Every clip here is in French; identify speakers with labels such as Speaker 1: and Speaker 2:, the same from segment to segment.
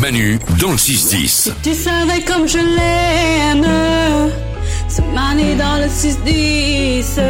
Speaker 1: Manu dans le 6-10.
Speaker 2: Si tu savais comme je l'aime, ce Manu dans le 6-10.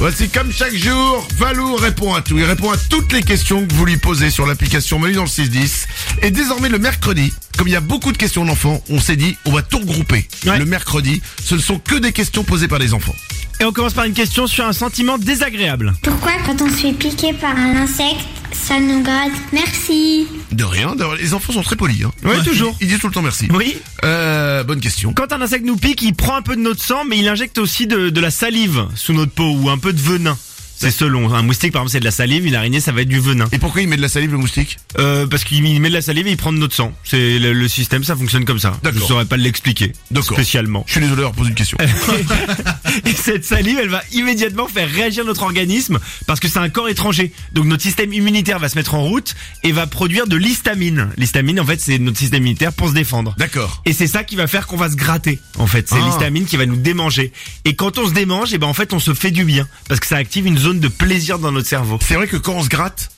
Speaker 3: Voici comme chaque jour, Valou répond à tout. Il répond à toutes les questions que vous lui posez sur l'application Menu dans le 610. Et désormais le mercredi, comme il y a beaucoup de questions d'enfants, on s'est dit on va tout regrouper.
Speaker 4: Ouais.
Speaker 3: Le mercredi, ce ne sont que des questions posées par les enfants.
Speaker 4: Et on commence par une question sur un sentiment désagréable.
Speaker 5: Pourquoi quand on se fait piquer par un insecte, ça nous gratte Merci.
Speaker 3: De rien, d'ailleurs, les enfants sont très polis. Hein.
Speaker 4: Ouais, toujours.
Speaker 3: Ils disent tout le temps merci.
Speaker 4: Oui.
Speaker 3: Euh, bonne question.
Speaker 4: Quand un insecte nous pique, il prend un peu de notre sang, mais il injecte aussi de, de la salive sous notre peau ou un peu de venin. C'est selon. Un moustique, par exemple, c'est de la salive. Une araignée, ça va être du venin.
Speaker 3: Et pourquoi il met de la salive le moustique
Speaker 4: Euh, parce qu'il il met de la salive et il prend de notre sang. C'est le, le système, ça fonctionne comme ça. Je
Speaker 3: D'accord.
Speaker 4: saurais pas l'expliquer.
Speaker 3: D'accord.
Speaker 4: Spécialement.
Speaker 3: Je suis désolé d'avoir posé une question.
Speaker 4: Et cette salive, elle va immédiatement faire réagir notre organisme parce que c'est un corps étranger. Donc notre système immunitaire va se mettre en route et va produire de l'histamine. L'histamine, en fait, c'est notre système immunitaire pour se défendre.
Speaker 3: D'accord.
Speaker 4: Et c'est ça qui va faire qu'on va se gratter. En fait, c'est
Speaker 3: Ah.
Speaker 4: l'histamine qui va nous démanger. Et quand on se démange, et ben en fait, on se fait du bien parce que ça active une zone de plaisir dans notre cerveau.
Speaker 3: C'est vrai que quand on se gratte,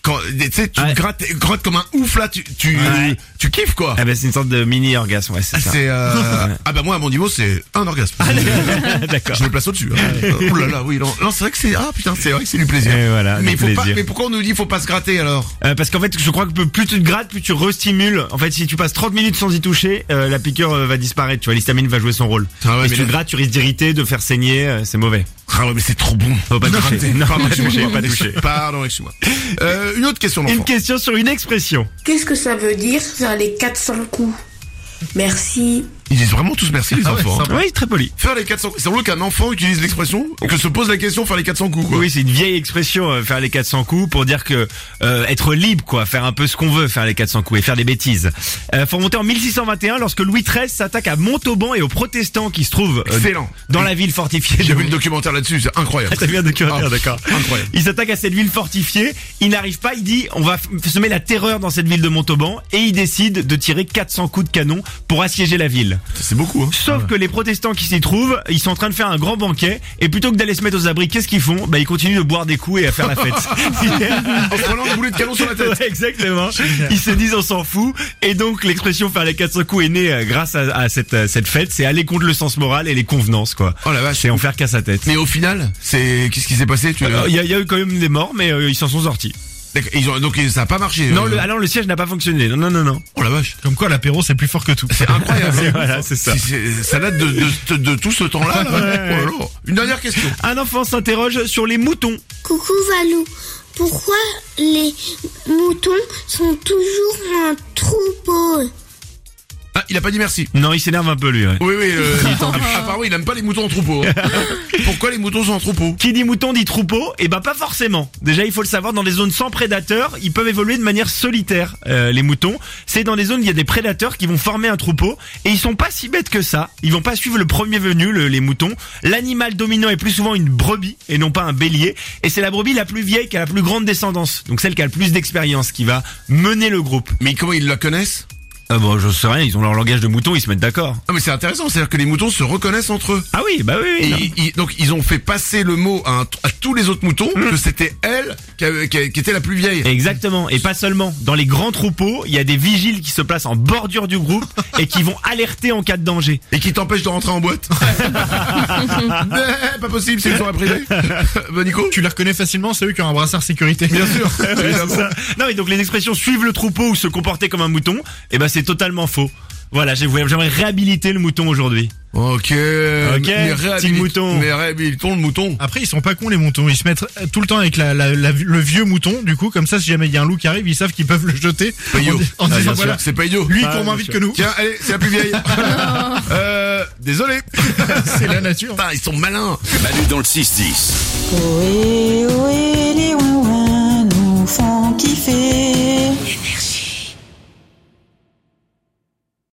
Speaker 3: quand tu sais, tu
Speaker 4: Ouais.
Speaker 3: grattes, grattes comme un ouf là, tu tu,
Speaker 4: Ouais.
Speaker 3: tu kiffes quoi.
Speaker 4: Ah ben c'est une sorte de mini orgasme, ouais, c'est ça. Ah,
Speaker 3: C'est euh, ah bah moi à mon niveau c'est un orgasme.
Speaker 4: D'accord. Ah,
Speaker 3: Je me place au-dessus. hein. Ouh là là, oui, non, non, c'est vrai que c'est ah putain, c'est vrai que c'est du plaisir.
Speaker 4: Et voilà,
Speaker 3: mais
Speaker 4: du
Speaker 3: faut pas
Speaker 4: plaisir.
Speaker 3: mais pourquoi on nous dit faut pas se gratter alors
Speaker 4: Euh, parce qu'en fait, je crois que plus tu te grattes, plus tu restimules. En fait, si tu passes 30 minutes sans y toucher, euh, la piqûre euh, va disparaître. Tu vois, l'histamine va jouer son rôle.
Speaker 3: Ah ouais, mais
Speaker 4: si tu
Speaker 3: là-
Speaker 4: grattes, tu risques d'irriter, de faire saigner. euh, c'est mauvais.
Speaker 3: Ah ouais, mais c'est trop bon.
Speaker 4: Faut pas
Speaker 3: Se
Speaker 4: toucher.
Speaker 3: gratter.
Speaker 4: Non,
Speaker 3: Pardon,
Speaker 4: pas toucher,
Speaker 3: excuse-moi.
Speaker 4: pas toucher.
Speaker 3: Pardon, excuse-moi. Euh, une autre question
Speaker 4: Une
Speaker 3: l'enfant.
Speaker 4: question sur une expression.
Speaker 6: Qu'est-ce que ça veut dire faire les 400 coups Merci.
Speaker 3: Ils disent vraiment tous merci les
Speaker 7: Ah ouais,
Speaker 3: enfants. hein.
Speaker 7: sympa.
Speaker 4: Oui, très poli.
Speaker 3: Faire les 400 c'est drôle qu'un enfant utilise l'expression que se pose la question faire les 400 coups quoi.
Speaker 4: Oui, c'est une vieille expression, euh, faire les 400 coups, pour dire que euh, être libre, quoi, faire un peu ce qu'on veut, faire les 400 coups et faire des bêtises. Euh, faut remonter en 1621 lorsque Louis XIII s'attaque à Montauban et aux protestants qui se trouvent euh,
Speaker 3: Excellent.
Speaker 4: dans la ville fortifiée.
Speaker 3: J'ai
Speaker 4: de
Speaker 3: vu le documentaire là-dessus, c'est incroyable.
Speaker 4: Ah, t'as vu un documentaire,
Speaker 3: Ah,
Speaker 4: d'accord.
Speaker 3: Incroyable.
Speaker 4: Il s'attaque à cette ville fortifiée, il n'arrive pas, il dit on va f- semer la terreur dans cette ville de Montauban et il décide de tirer 400 coups de canon pour assiéger la ville.
Speaker 3: C'est beaucoup hein.
Speaker 4: Sauf que les protestants qui s'y trouvent, ils sont en train de faire un grand banquet et plutôt que d'aller se mettre aux abris, qu'est-ce qu'ils font Bah ils continuent de boire des coups et à faire la fête.
Speaker 3: En se prenant un boulet de canon sur la tête.
Speaker 4: Ouais, exactement. Ils se disent on s'en fout et donc l'expression faire les 400 coups est née euh, grâce à, à cette, euh, cette fête, c'est aller contre le sens moral et les convenances quoi.
Speaker 3: Oh la vache.
Speaker 4: C'est en faire qu'à sa tête.
Speaker 3: Mais au final, c'est qu'est-ce qui s'est passé tu...
Speaker 4: Il y, a- il y a eu quand même des morts, mais euh, ils s'en sont sortis.
Speaker 3: D'accord, ils ont... donc ça a pas marché.
Speaker 4: Non,
Speaker 3: euh.
Speaker 4: le, ah non, le siège n'a pas fonctionné. Non, non, non, non.
Speaker 3: Oh la vache.
Speaker 7: Comme quoi l'apéro c'est plus fort que tout.
Speaker 3: C'est incroyable.
Speaker 4: Voilà, c'est ça.
Speaker 3: Si c'est- ça date de, de- de- de tout ce temps-là. là. Oh là là. Une dernière question.
Speaker 4: Un enfant s'interroge sur les moutons.
Speaker 5: Coucou Valou. Pourquoi les moutons sont toujours en troupeau
Speaker 3: Ah, il a pas dit merci.
Speaker 4: Non, il s'énerve un peu lui. ouais.
Speaker 3: Oui, oui. euh, il est tendu. Apparemment, il aime pas les moutons en troupeau. hein. Pourquoi les moutons sont en troupeau
Speaker 4: Qui dit mouton dit troupeau Eh ben pas forcément. Déjà, il faut le savoir, dans les zones sans prédateurs, ils peuvent évoluer de manière solitaire. euh, les moutons, c'est dans les zones où il y a des prédateurs qui vont former un troupeau et ils sont pas si bêtes que ça. Ils vont pas suivre le premier venu, le- les moutons. L'animal dominant est plus souvent une brebis et non pas un bélier. Et c'est la brebis la plus vieille qui a la plus grande descendance, donc celle qui a le plus d'expérience, qui va mener le groupe.
Speaker 3: Mais comment ils la connaissent
Speaker 4: Ah bon, je sais rien, ils ont leur langage de mouton, ils se mettent d'accord.
Speaker 3: Ah, mais c'est intéressant. C'est-à-dire que les moutons se reconnaissent entre eux.
Speaker 4: Ah oui, bah oui,
Speaker 3: Et
Speaker 4: oui. non.
Speaker 3: ils- ils- donc ils ont fait passer le mot à, un- à tous les autres moutons
Speaker 4: Hmm.
Speaker 3: que c'était elle qui, avait- qui- qui était la plus vieille.
Speaker 4: Exactement, et pas seulement. Dans les grands troupeaux, il y a des vigiles qui se placent en bordure du groupe et qui vont alerter en cas de danger.
Speaker 3: Et qui t'empêche de rentrer en boîte. Eh, pas possible, c'est une soirée privée. bah Nico
Speaker 7: Tu les reconnais facilement, c'est eux qui ont un brassard sécurité.
Speaker 3: Bien sûr.
Speaker 4: C'est ça. Non, mais donc les expressions suivre le troupeau ou se comporter comme un mouton, eh ben c'est totalement faux. Voilà, j'ai- j'aimerais réhabiliter le mouton aujourd'hui.
Speaker 3: Ok. Mais réhabilite-
Speaker 4: petit mouton.
Speaker 3: Mais réhabilitons le mouton.
Speaker 7: Après, ils sont pas cons les moutons. Ils se mettent euh, tout le temps avec la, la- la- le vieux mouton. Du coup, comme ça, si jamais il y a un loup qui arrive, ils savent qu'ils peuvent le jeter.
Speaker 4: Bah,
Speaker 3: Pas idiot.
Speaker 7: En, dis- en
Speaker 3: Ah, bien
Speaker 7: disant
Speaker 3: sûr,
Speaker 7: voilà,
Speaker 3: C'est pas idiot.
Speaker 7: lui il
Speaker 4: Ah,
Speaker 7: court
Speaker 4: bien
Speaker 7: moins vite
Speaker 4: sûr.
Speaker 7: que nous.
Speaker 3: Tiens, allez, c'est la plus vieille. euh, désolé.
Speaker 7: C'est la nature.
Speaker 3: Putain, ils sont malins.
Speaker 1: Manu dans le 6-10.
Speaker 2: Oui, oui,